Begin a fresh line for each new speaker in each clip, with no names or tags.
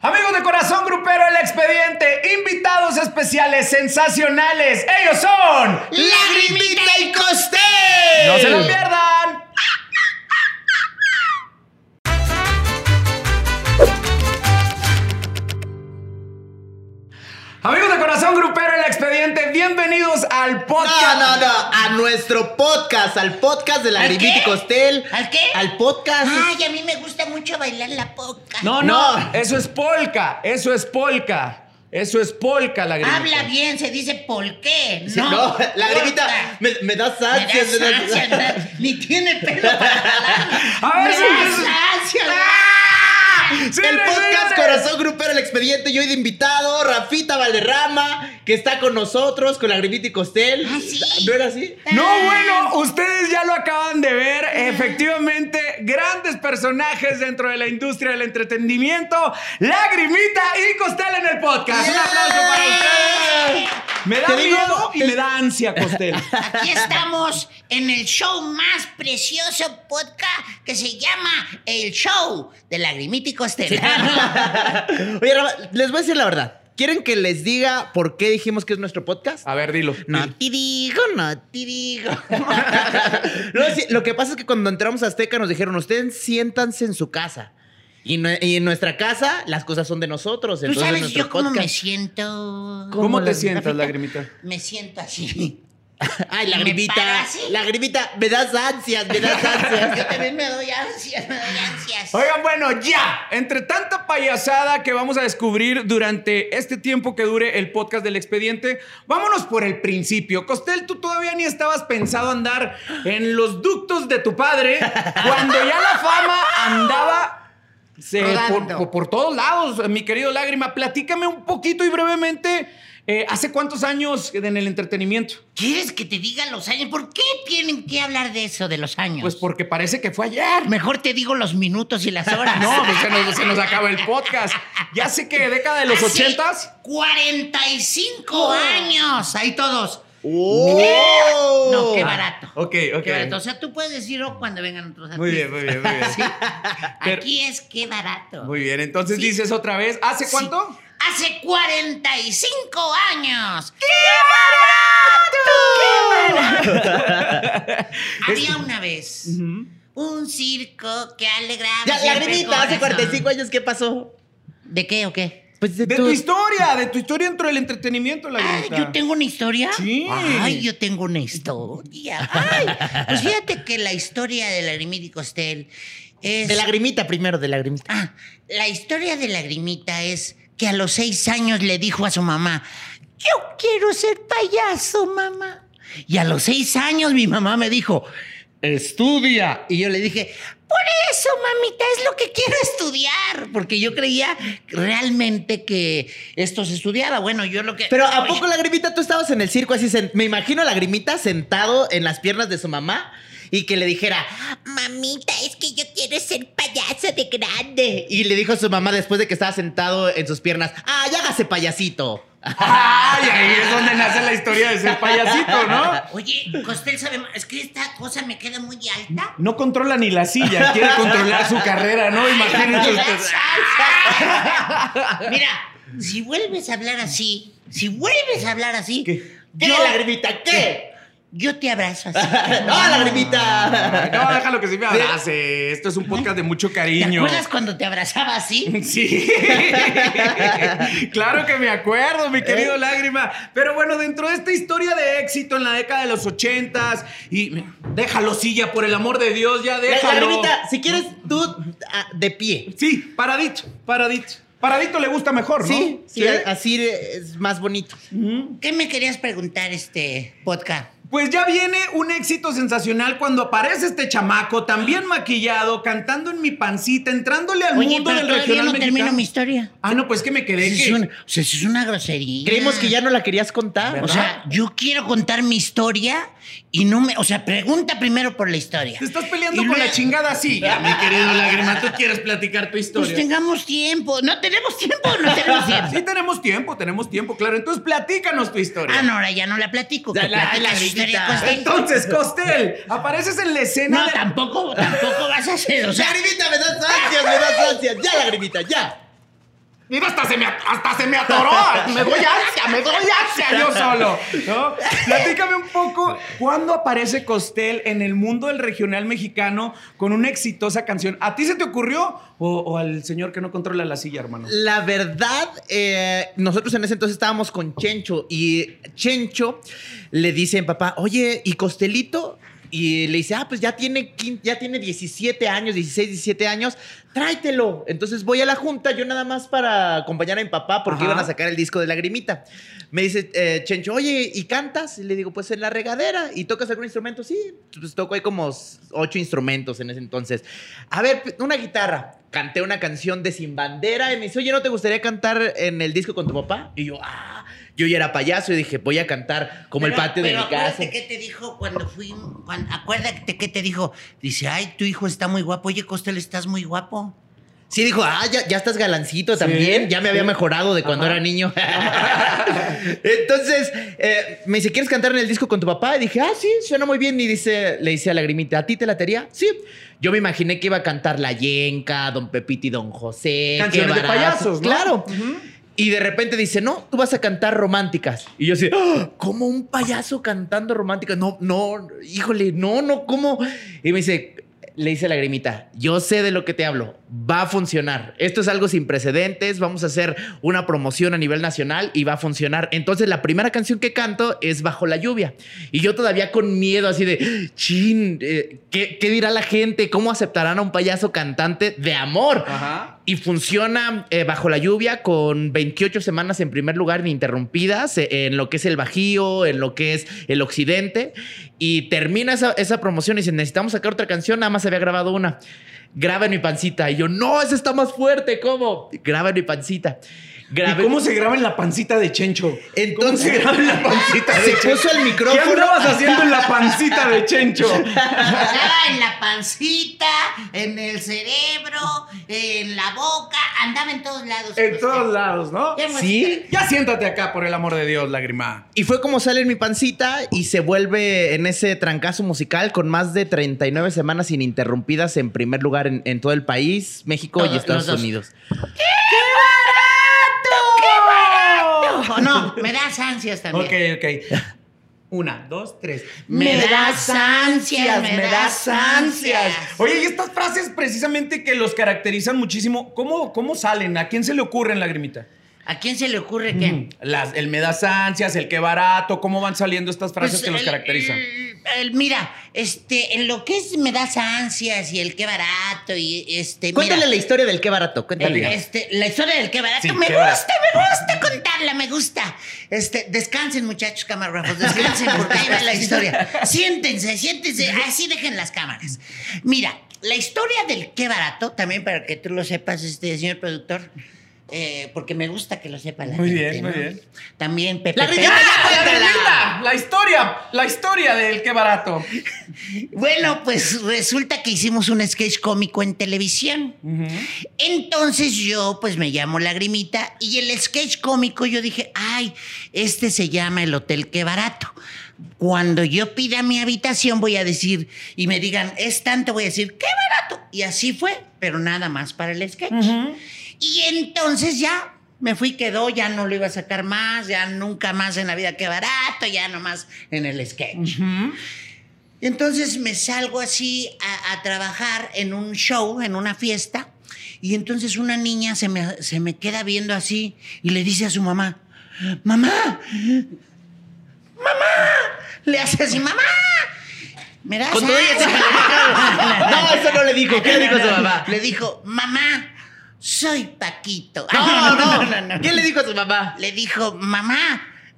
Amigos de Corazón Grupero, el expediente, invitados especiales sensacionales, ellos son...
¡Lagrimita y Costel!
¡No se lo pierdan! Amigos de Corazón Grupero, el expediente, bienvenidos al
No,
podcast.
no, no, a nuestro podcast, al podcast de Lagrimita
qué?
y Costel.
¿Al qué?
Al podcast.
Ay, a mí me gusta mucho bailar la poca.
No, no,
No. eh,
eso es polka, eso es polka, eso es polka, la gringa.
Habla bien, se dice por qué.
Sí,
No,
no, ah, Lagrimita,
Porca.
me, me das
Me
ansias.
das ansias, na- Ni tiene pelo para jalar.
A ver
Me
si-
das ansias. ¡Ah!
Sí,
el podcast
regresen.
Corazón Grupero, el expediente. Y hoy de invitado, Rafita Valderrama, que está con nosotros, con Lagrimita y Costel.
Ah, sí.
¿No era así?
No, bueno, ustedes ya lo acaban de ver. Efectivamente, grandes personajes dentro de la industria del entretenimiento. Lagrimita y Costel en el podcast. Un aplauso para ustedes. Me da
Te digo,
miedo y
el-
me da ansia, Costel.
Aquí estamos en el show más precioso podcast que se llama El Show de Lagrimita y Costel.
Oye, Rafa, les voy a decir la verdad. ¿Quieren que les diga por qué dijimos que es nuestro podcast?
A ver, dilo.
No te digo, no te digo. No, sí, lo que pasa es que cuando entramos a Azteca nos dijeron, ustedes siéntanse en su casa. Y, nue- y en nuestra casa las cosas son de nosotros.
¿Tú
entonces
sabes
nuestro
yo cómo me
podcast-
siento?
¿Cómo,
¿Cómo
te
la-
sientas, Lagrimita?
Me siento así.
Ay, la
me para
gripita.
así.
La gripita, me das ansias, me das ansias.
Yo también me doy ansias, me doy ansias.
Oigan, bueno, ya. Entre tanta payasada que vamos a descubrir durante este tiempo que dure el podcast del expediente, vámonos por el principio. Costel, tú todavía ni estabas pensado andar en los ductos de tu padre cuando ya la fama andaba. se- por,
Rodando.
por- por todos lados, mi querido Lágrima, platícame un poquito y brevemente, eh, ¿hace cuántos años en el entretenimiento?
¿Quieres que te diga los años? ¿Por qué tienen que hablar de eso, de los años?
Pues porque parece que fue ayer.
mejor te digo los minutos y las horas.
Pues, No, pues se nos, se nos acaba el podcast. Ya sé que década de los
Hace
ochentas. Oh.
45 años. Ahí todos.
¡Oh!
No, qué barato.
Ok, ok.
Qué barato. O sea, tú puedes decir oh, cuando vengan otros artistas.
Muy bien, muy bien, muy bien. Pero-
Aquí es qué barato.
Muy bien, entonces
Sí.
dices otra vez, ¿hace
Sí.
cuánto?
Hace 45 años. Había una vez un circo que alegraba.
Ya, la
siempre el
gripita, hace
corazón.
45 años, ¿qué pasó?
¿De qué o qué?
Pues
De tu historia, de tu historia dentro del entretenimiento, la
Ah,
grita.
yo tengo una historia.
Sí.
Ay, yo tengo una historia. Ay, pues fíjate que la historia de Lagrimita y Costel es.
De lagrimita primero, de lagrimita.
Ah, la historia de Lagrimita es que a los seis años le dijo a su mamá: Yo quiero ser payaso, mamá. Y a los seis años mi mamá me dijo: Estudia. Y yo le dije: Por eso, mamita, es lo que quiero estudiar. Porque yo creía realmente que esto se estudiaba. Bueno, yo lo que.
Pero ¿a
Oye,
poco lagrimita tú estabas en el circo así? sen- me imagino a lagrimita sentado en las piernas de su mamá y que le dijera,
Mamita, es que yo quiero ser payaso de grande.
Y le dijo a su mamá después de que estaba sentado en sus piernas, ¡ay, hágase payasito!
Ay, ahí es donde nace la historia de ser payasito, ¿no?
Oye, Costel sabe más. Es que esta cosa me queda muy alta.
No controla ni la silla, quiere controlar su carrera, ¿no? Imagínense ustedes.
Mira, si vuelves a hablar así, si vuelves a hablar así,
¿Qué?
¿Qué, lagrimita? ¿Qué?
yo te abrazo así.
¡No,
Ay,
lagrimita!
No, déjalo que sí me abrace. Esto es un podcast de mucho
¿Te
cariño.
acuerdas cuando te abrazaba así?
Sí, claro que me acuerdo, mi querido
¿Eh?
Lágrima. Pero bueno, dentro de esta historia de éxito en la década de los ochentas, y déjalo, silla, por el amor de Dios, ya
La-
déjalo.
Lagrimita, si quieres tú ah, de pie.
Sí, paradito, paradito. Paradito le gusta mejor, ¿no?
Sí, sí, así es más bonito.
¿Qué me querías preguntar, este podcast?
Pues ya viene un éxito sensacional cuando aparece este chamaco, también maquillado, cantando en mi pancita, entrándole al
Ah. Oye,
mundo
pero
del
todavía
regional
no termino
mexicano.
mi historia.
Ah, no, pues que me quedé
Eso
que-
es una, o sea, eso es una grosería.
Creímos que ya no la querías contar.
O sea, yo quiero contar mi historia y no me. O sea, pregunta primero por la historia.
Te estás peleando
Y
con la
luego-
chingada silla, mi querido Lágrima. Tú quieres platicar tu
Pues
historia.
tengamos tiempo. No tenemos tiempo, no tenemos
Sí,
tiempo.
tenemos tiempo, tenemos tiempo, claro. Entonces, platícanos tu historia.
Ah, no, ahora ya no la platico. que
Ya, la-
platique
la
su
grillita.
historia con usted.
Entonces, Costel, apareces en Eh, la escena.
No,
de-
tampoco, tampoco vas a hacer. O sea,
¡Lagrimita, me das ansias, me das ansias! ¡Ya, lagrimita, ya!
Mira, hasta se me, hasta se me atoró. Me doy ansia, me doy ansia yo solo. ¿no? Platícame un poco, ¿cuándo aparece Costel en el mundo del regional mexicano con una exitosa canción? ¿A ti se te ocurrió o, o al señor que no controla la silla, hermano?
La verdad, eh, nosotros en ese entonces estábamos con Chencho y Chencho le dice a mi papá, oye, ¿y Costelito? Y le dice, ah, pues ya tiene, quin- ya tiene 17 años, 16, 17 años, tráetelo. Entonces voy a la junta, yo nada más para acompañar a mi papá porque
Ajá.
iban a sacar el disco de Lagrimita. Me dice eh, Chencho, oye, ¿y cantas? Y le digo, pues en la regadera. ¿Y tocas algún instrumento? Sí, pues toco ahí como s- ocho instrumentos en ese entonces. A ver, p- una guitarra. Canté una canción de Sin Bandera y me dice, oye, ¿no te gustaría cantar en el disco con tu papá? Y yo, ah, yo ya era payaso y dije, voy a cantar como el
Pero-
patio
pero
de mi casa.
acuérdate ¿Qué te dijo cuando fui? cuan- acuérdate qué te dijo. Dice, ay, tu hijo está muy guapo. Oye, Costel, estás muy guapo.
Sí, dijo, ah, ya, ya estás galancito también. ya me había mejorado de cuando
Ajá.
era niño. Entonces, eh, me dice, ¿quieres cantar en el disco con tu papá? Y dije, ah, sí, suena muy bien. Y dice, le dice a Lagrimita, ¿a ti te latería? Sí. Yo me imaginé que iba a cantar La Yenca, Don Pepito y Don José.
Canciones
Qué
de
Barazo.
payasos, ¿no?
Claro. Y de repente dice, no, tú vas a cantar románticas. Y yo así, ¡Ah! ¿cómo un payaso cantando románticas? No, no, híjole, no, no, ¿cómo? Y me dice, le dice lagrimita, yo sé de lo que te hablo, va a funcionar. Esto es algo sin precedentes, vamos a hacer una promoción a nivel nacional y va a funcionar. Entonces la primera canción que canto es Bajo la lluvia. Y yo todavía con miedo así de, chin, eh, ¿qué, ¿qué dirá la gente? ¿Cómo aceptarán a un payaso cantante de amor?
Ajá.
Y funciona eh, bajo la lluvia con 28 semanas en primer lugar ininterrumpidas eh, en lo que es el Bajío, en lo que es el Occidente. Y termina esa, esa promoción y dice, necesitamos sacar otra canción, nada más había grabado una. Graba en mi pancita. Y yo, no, esa está más fuerte, ¿cómo? Graba en mi pancita.
¿Y
Grabé-
cómo se graba en la pancita de Chencho? ¿Cómo se
Entonces-
graba en la pancita de
Se
Chencho?
puso el
¿Qué
micrófono.
andabas haciendo en la pancita de Chencho?
Andaba en la pancita, en el cerebro, en la boca. Andaba en todos lados. pues,
En
Costel.
todos lados, ¿no?
Qué
Sí.
Ya siéntate acá, por el amor de Dios, lágrima.
Y fue como sale en mi pancita y se vuelve en ese trancazo musical con más de 39 semanas ininterrumpidas en primer lugar en, en todo el país, México y
Todos,
Estados
los dos.
Unidos.
Ojo, Oh, no, me das ansias también.
Ok, ok. Una, dos, tres.
Me das ansias, me das ansias.
Oye, y estas frases precisamente que los caracterizan muchísimo, ¿cómo, cómo salen? ¿A quién se le ocurren, lagrimita?
¿A quién se le ocurre qué?
Las, el me das ansias, el qué barato, ¿cómo van saliendo estas frases
Pues,
que los
el-
caracterizan?
el- el- mira, este, en lo que es me das ansias y el qué barato y este.
Cuéntale
mira,
la historia del qué barato, cuéntale.
el- este, la historia del qué barato.
Sí,
me
qué
gusta,
barato.
me gusta contarla, me gusta. Este, descansen, muchachos camarógrafos, descansen porque ahí va la historia. Siéntense, siéntense, así dejen las cámaras. Mira, la historia del qué barato, también para que tú lo sepas, este señor productor. eh, porque me gusta que lo sepa la
Muy
gente,
bien, muy
¿no?
bien.
También Pepe.
La
Pepe-
Rita ya
¡Ah,
cuéntala!
lagrimita! La historia, la historia del qué barato.
Bueno, pues resulta que hicimos un sketch cómico en televisión. Entonces yo, pues me llamo Lagrimita y el sketch cómico yo dije, ay, este se llama el hotel que barato. Cuando yo pida mi habitación voy a decir y me digan, es tanto, voy a decir, qué barato. Y así fue, pero nada más para el sketch. Y entonces ya me fui, quedó, ya no lo iba a sacar más, ya nunca más en la vida, qué barato, ya nomás en el sketch. Entonces me salgo así a, a trabajar en un show, en una fiesta, y entonces una niña se me, se me queda viendo así y le dice a su mamá, mamá, mamá, le hace así, mamá, me das
Con todo y ese-
agua?"
No, eso no le dijo. ¿Qué le dijo a su mamá?
Le dijo, mamá, soy Paquito. Ah,
No, no,
no, no, no.
¿Qué le dijo a su mamá?
Le dijo, mamá,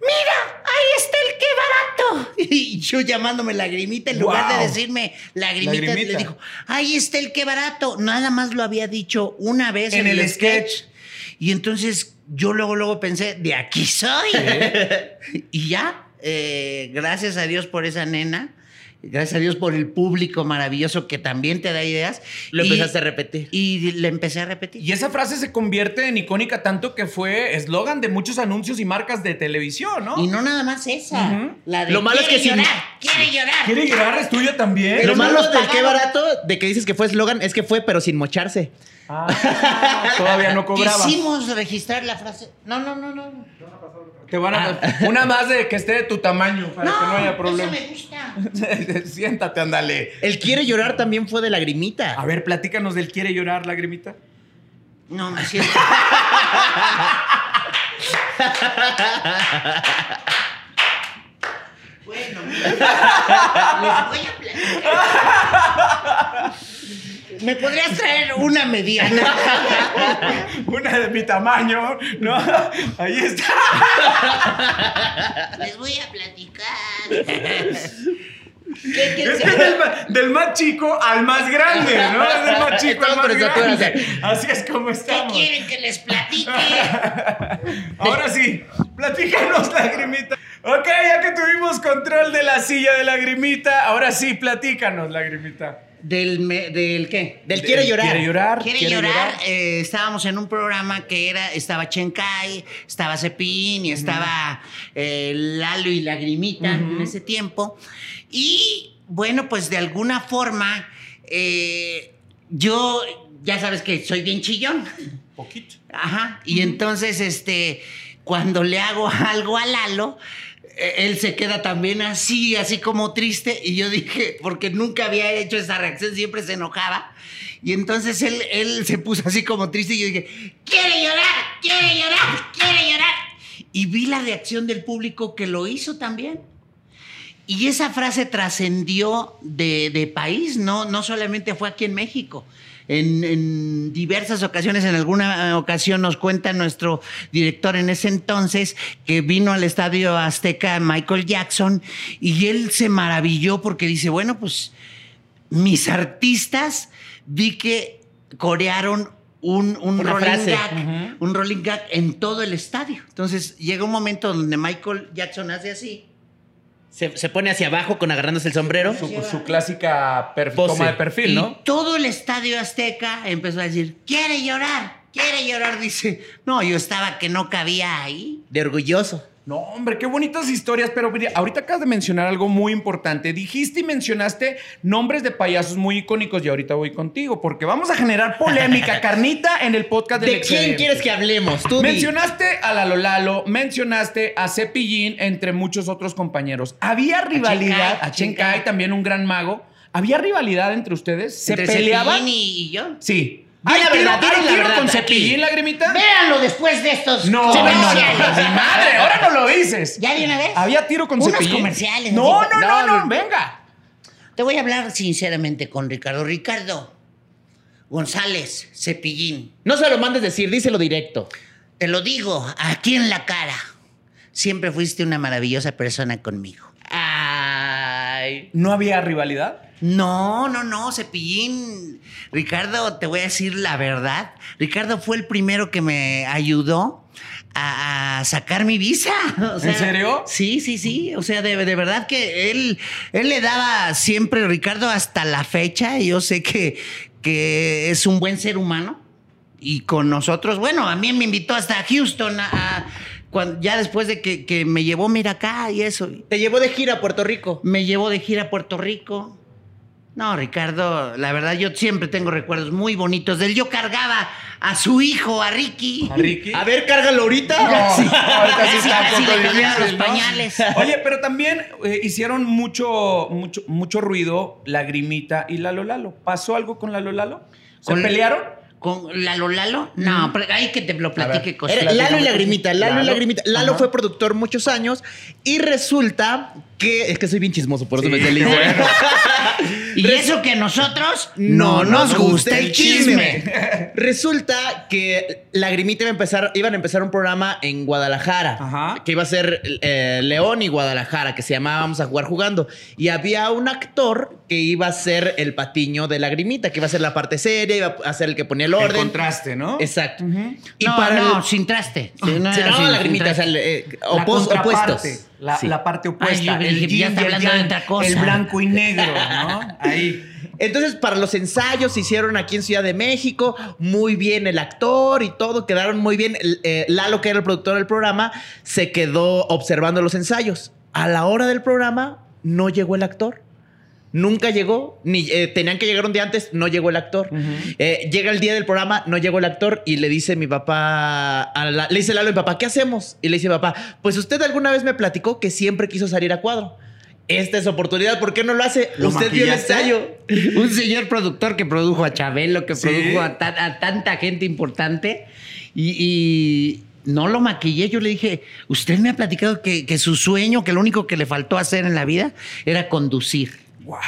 mira, ahí está el que barato. Y yo llamándome lagrimita, en lugar
Wow.
de decirme lagrimita,
Lagrimita.
le dijo, ahí está el que barato. Nada más lo había dicho una vez
En
en,
el sketch.
Y entonces yo luego, luego pensé, de aquí soy. y ya, eh, gracias a Dios por esa nena. Gracias a Dios por el público maravilloso que también te da ideas.
Lo
Y-
empezaste a repetir.
Y le empecé a repetir.
Y esa frase se convierte en icónica tanto que fue eslogan de muchos anuncios y marcas de televisión, ¿no?
Y no nada más esa.
Ujú.
La de
Lo malo es
quiere
que sin-
llorar, quiere llorar.
¿Quiere llegar? ¿Es tuya también?
Lo
no
malo
lo
del qué
pagaron.
barato de que dices que fue eslogan es que fue, pero sin mocharse.
Ah, Todavía no cobraba.
Quisimos registrar la frase. No, no, no, no.
Te van
Ah.
a- Una más de que esté de tu tamaño para que no haya problema.
Eso me gusta.
Siéntate, ándale.
El quiere llorar también fue de
A
lagrimita.
ver, platícanos del quiere llorar, lagrimita.
No, me siento. bueno, mira, les voy a platicar. ¿Me podrías traer una mediana?
Una de mi tamaño, ¿no? Ahí está.
Les voy a platicar. ¿Qué, qué-
Es que es del, ma- del más chico al más grande, ¿no? Es del más chico al
Estamos
más
por estaturas.
grande. Así es como
qué
estamos.
quieren que les platique?
Ahora sí, platícanos, lagrimita. Ok, ya que tuvimos control de la silla de lagrimita, ahora sí, platícanos, lagrimita.
¿Del, me- del qué?
Del quiere llorar.
Quiere llorar.
Quiere, llorar. eh, estábamos en un programa que era, estaba Chenkai, estaba Cepín y estaba eh, Lalo y Lagrimita en ese tiempo. Y bueno, pues de alguna forma, eh, yo ya sabes que soy bien chillón.
Poquito.
Ajá. Y entonces, este, cuando le hago algo a Lalo, eh, él se queda también así, así como triste. Y yo dije, porque nunca había hecho esa reacción, siempre se enojaba. Y entonces él, él se puso así como triste y yo dije, quiere llorar, quiere llorar, quiere llorar. Y vi la reacción del público que lo hizo también. Y esa frase trascendió de, de país, no, no solamente fue aquí en México. En, en diversas ocasiones, en alguna eh, ocasión nos cuenta nuestro director en ese entonces que vino al estadio Azteca Michael Jackson y él se maravilló porque dice, bueno, pues mis artistas vi que corearon un, un
Una
rolling
frase.
gag, un rolling gag en todo el estadio. Entonces llega un momento donde Michael Jackson hace así.
Se, se pone hacia abajo con agarrándose el sombrero.
Su, su clásica per-
Pose.
toma de perfil, ¿no?
Y todo el estadio Azteca empezó a decir, quiere llorar, quiere llorar, dice. No, yo estaba que no cabía ahí.
De orgulloso.
No, hombre, qué bonitas historias, pero mira, ahorita acabas de mencionar algo muy importante. Dijiste y mencionaste nombres de payasos muy icónicos y ahorita voy contigo porque vamos a generar polémica, carnita, en el podcast del
¿De quién
Excedente.
quieres que hablemos? Tú di.
Mencionaste a Lalo Lalo, mencionaste a Cepillín, entre muchos otros compañeros. ¿Había rivalidad?
Chenkai,
A Chenkai,
Chenkai.
también un gran mago. ¿Había rivalidad entre ustedes? ¿Se
Entre
peleaban?
Cepillín y, y yo.
Sí.
Di
¿Hay
la
tiro,
verdad,
hay
di la
tiro
verdad,
con
aquí.
Cepillín, lagrimita?
Véanlo después de estos
No, no, no, no,
comerciales.
mi madre, ahora no lo dices.
¿Ya de una vez?
Había tiro con
Unos
Cepillín.
comerciales,
No,
así.
no, no, no,
No, no.
venga.
Te voy a hablar sinceramente con Ricardo. Ricardo González Cepillín,
No se lo mandes decir, díselo directo.
te lo digo aquí en la cara. Siempre fuiste una maravillosa persona conmigo.
Ay.
¿No había rivalidad?
No, no, no, Cepillín. Ricardo, te voy a decir la verdad. Ricardo fue el primero que me ayudó a, a sacar mi visa. O sea,
¿En serio?
Sí, sí, sí. O sea, de, de verdad que él, él le daba siempre, Ricardo, hasta la fecha. y Yo sé que, que es un buen ser humano. Y con nosotros, bueno, a mí me invitó hasta Houston, a- a- cuan- ya después de que, que me llevó, mira acá y eso.
Te llevó de gira a Puerto Rico.
Me llevó de gira a Puerto Rico. No, Ricardo, la verdad yo siempre tengo recuerdos muy bonitos de él. Yo cargaba a su hijo, a Ricky.
¿A Ricky?
A ver, cárgalo ahorita.
No, ahorita Ah, sí
Casi,
está un
casi
poco
le cambiaba los
difícil, ¿no?
pañales.
Oye, pero también eh, hicieron mucho, mucho, mucho ruido Lagrimita y Lalo Lalo. ¿Pasó algo con Lalo Lalo? ¿Se
Con-
pelearon?
¿Con Lalo Lalo?
Mm.
No, pero ahí que te lo platique
ver,
cosas.
Era eh, Lalo y Lagrimita, Lalo,
Lalo.
y Lagrimita. Lalo
Ajá.
fue productor muchos años y resulta que. Es que soy bien chismoso, por eso me
Sí,
deslizo.
qué bueno.
Y eso que nosotros no, nos gusta el chisme.
Resulta que Lagrimita iba a empezar, iban a empezar un programa en Guadalajara,
Ajá.
que iba a ser eh, León y Guadalajara, que se llamaba Vamos a jugar jugando. Y había un actor que iba a ser el patiño de Lagrimita, que iba a ser la parte seria, iba a ser el que ponía el
El
orden.
contraste, ¿no?
Exacto.
Y no,
el-
no, sin traste.
Sí, no,
era sin-
Lagrimita,
sin
o sea,
traste.
el, eh,
La
opos-
contraparte,
opuestos.
La,
Sí.
la parte opuesta.
yo dije, ya
yin
está
y el
hablando de
yang,
otra cosa.
El blanco y negro, ¿no? Ahí.
Entonces, para los ensayos se hicieron aquí en Ciudad de México, muy bien el actor y todo, quedaron muy bien. El, eh, Lalo, que era el productor del programa, se quedó observando los ensayos. A la hora del programa, no llegó el actor. nunca llegó, ni eh, tenían que llegar un día antes, no llegó el actor. Eh, llega el día del programa, no llegó el actor y le dice mi papá, a la- le dice Lalo, mi papá, ¿qué hacemos? Y le dice papá, pues usted alguna vez me platicó que siempre quiso salir a cuadro. Esta es su oportunidad, ¿por qué no lo hace?
¿Lo
usted vio el
maquillaste?
ensayo.
Un señor productor que produjo a Chabelo, que
Sí.
produjo a, ta- a tanta gente importante y, y no lo maquillé. Yo le dije, usted me ha platicado que, que su sueño, que lo único que le faltó hacer en la vida era conducir.
Wow.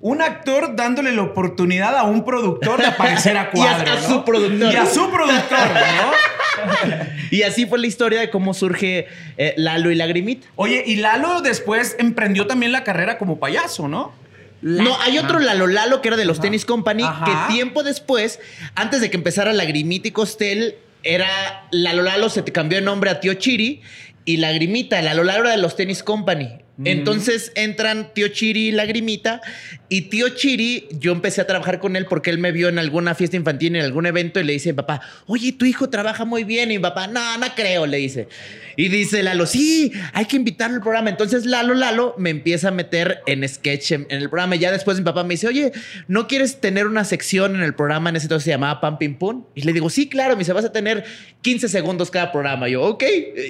Un actor dándole la oportunidad a un productor de aparecer a
Y a-
cuadro.
a
¿no?
su productor.
Y a su productor, ¿no?
Y así fue la historia de cómo surge eh, Lalo y Lagrimita.
Oye, y Lalo después emprendió también la carrera como payaso, ¿no?
No, hay otro Lalo Lalo que era de los Tennis Company,
Ajá.
que tiempo después, antes de que empezara Lagrimita y Costel, era Lalo Lalo, se te cambió de nombre a Tío Chiri y Lagrimita, Lalo Lalo era de los Tennis Company. Entonces entran Tío Chiri y Lagrimita y Tío Chiri, yo empecé a trabajar con él porque él me vio en alguna fiesta infantil, en algún evento y le dice, papá, oye, tu hijo trabaja muy bien y mi papá, no, no creo, le dice. Y dice Lalo, sí, hay que invitarlo al programa. Entonces Lalo, Lalo me empieza a meter en sketch en, en el programa. Y Ya después mi papá me dice, oye, ¿no quieres tener una sección en el programa? En ese entonces se llamaba Pam Pim Pum. Y le digo, sí, claro, me dice, vas a tener 15 segundos cada programa. Y yo, ok.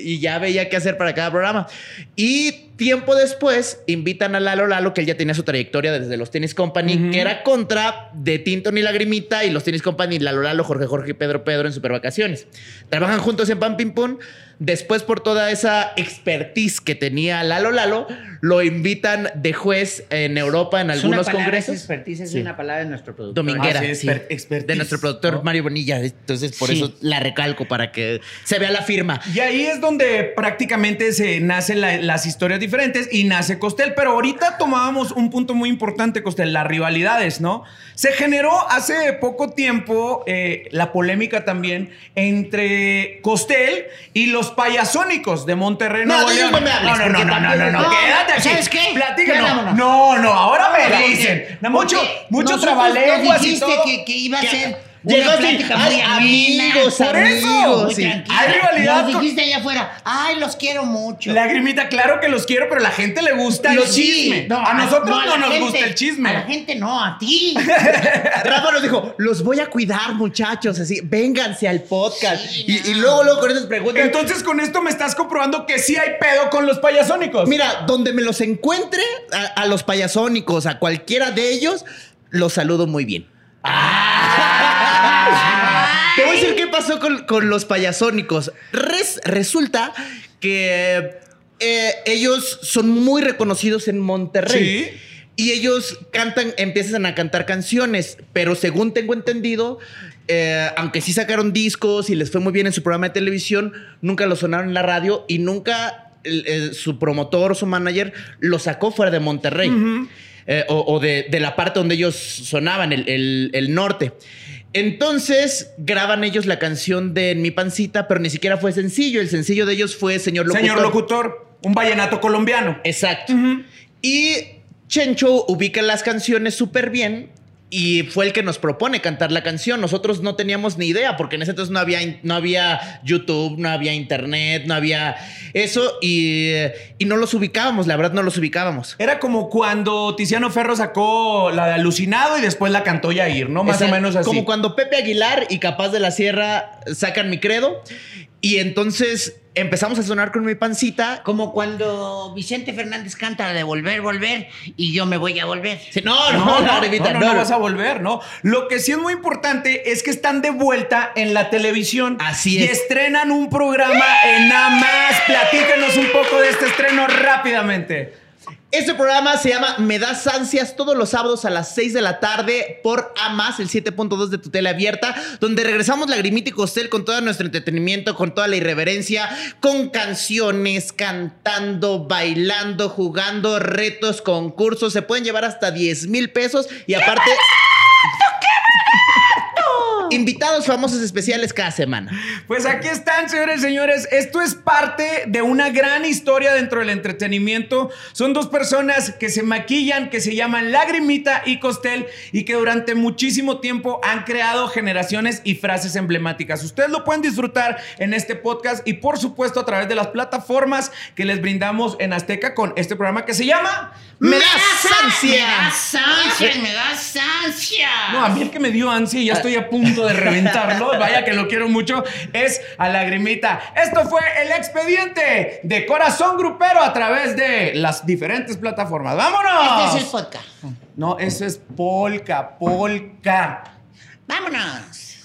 Y ya veía qué hacer para cada programa. Y tiempo después invitan a Lalo Lalo, que él ya tenía su trayectoria desde los Tennis Company, que era contra de Tinton y Lagrimita y los Tennis Company, Lalo Lalo, Jorge Jorge y Pedro Pedro en Supervacaciones. Trabajan juntos en Pan Pim Pum. Después, por toda esa expertise que tenía Lalo Lalo, lo invitan de juez en Europa en algunos congresos.
expertise,
Sí. una
palabra de nuestro productor.
Dominguera,
Ah, sí,
sí,
exper- expertise,
de nuestro productor
¿no?
Mario Bonilla. Entonces, por
Sí.
eso la recalco para que se vea la firma.
Y ahí es donde prácticamente se nacen la- las historias diferentes y nace Costel. Pero ahorita tomábamos un punto muy importante, Costel, las rivalidades, ¿no? Se generó hace poco tiempo eh, la polémica también entre Costel y los payasónicos de Monterrey.
No,
Nuevo
de ellos
León.
no me hables,
no, no, no,
porque
no, no,
tampoco-
no,
No,
quédate aquí.
¿sabes qué? Ya
Platícanos.
vámonos.
No, no, ahora me
Porque-
dicen.
porque
Mucho, mucho
nosotros nos
trabalenguas y
dijiste
todo.
Que, que iba a
Que-
ser
Llegó
una
así,
plática
Ah,
"Ay,
muy amena.
amigos,
Por eso,
amigos",
Muy
sí.
tranquila.
Hay rivalidad
Nos
con-
dijiste allá afuera, ay, los quiero mucho.
Lagrimita, claro que los quiero, pero la gente le gusta el
Sí,
chisme.
no,
a nosotros no,
a la
nos
gente,
gusta el chisme.
A la gente no, a ti.
Rafa nos dijo, los voy a cuidar, muchachos, así, vénganse al podcast.
Sí,
y,
no.
y luego, luego con esas preguntas.
Entonces, con esto me estás comprobando que sí hay pedo con los payasónicos.
mira, donde me los encuentre, a, a los payasónicos, a cualquiera de ellos, los saludo muy bien. Te voy a decir qué pasó con, con los payasónicos. Res- resulta que eh, ellos son muy reconocidos en Monterrey.
Sí.
Y ellos cantan, empiezan a cantar canciones, pero según tengo entendido, eh, aunque sí sacaron discos y les fue muy bien en su programa de televisión, nunca lo sonaron en la radio y nunca el- el- su promotor o su manager lo sacó fuera de Monterrey. Eh, o, o de, de la parte donde ellos sonaban, el, el- el norte. Entonces graban ellos la canción de En Mi Pancita, pero ni siquiera fue sencillo. El sencillo de ellos fue Señor Locutor.
Señor locutor, un vallenato colombiano.
Exacto. Y Chencho ubica las canciones súper bien y fue el que nos propone cantar la canción. Nosotros no teníamos ni idea porque en ese entonces no había, in- no había YouTube, no había internet, no había eso y, y no los ubicábamos, la verdad no los ubicábamos.
Era como cuando Tiziano Ferro sacó la de Alucinado y después la cantó Yair, ¿no? Más o,
Exacto.
menos así.
Como cuando Pepe Aguilar y Capaz de la Sierra sacan mi credo y entonces empezamos a sonar con mi pancita.
Como cuando Vicente Fernández canta la de volver, volver, y yo me voy a volver.
Sí, No,
No,
no,
no,
la Revita,
no, no, no vas a volver, ¿no? Lo que sí es muy importante es que están de vuelta en la televisión.
Así
Y
es.
estrenan un programa en A más. Platícanos un poco de este estreno rápidamente.
Este programa se llama Me das ansias todos los sábados a las 6 de la tarde por AMAS, el 7.2 de tutela abierta, donde regresamos Lagrimita y Costel con todo nuestro entretenimiento, con toda la irreverencia, con canciones, cantando, bailando, jugando, retos, concursos. Se pueden llevar hasta 10 mil pesos y aparte. Invitados famosos especiales cada semana.
Pues aquí están, señores y señores. Esto es parte de una gran historia dentro del entretenimiento. Son dos personas que se maquillan, que se llaman Lagrimita y Costel y que durante muchísimo tiempo han creado generaciones y frases emblemáticas. Ustedes lo pueden disfrutar en este podcast y por supuesto a través de las plataformas que les brindamos en Azteca con este programa que se llama
¡Me das ansia!
Me das ansia, me das ansia.
No, a mí el que me dio ansia y ya estoy a punto de reventarlo, vaya que lo quiero mucho, es a Lagrimita. Esto fue el expediente de Corazón Grupero a través de las diferentes plataformas. ¡Vámonos!
Este es el podcast.
No, eso es polka, polka.
Vámonos.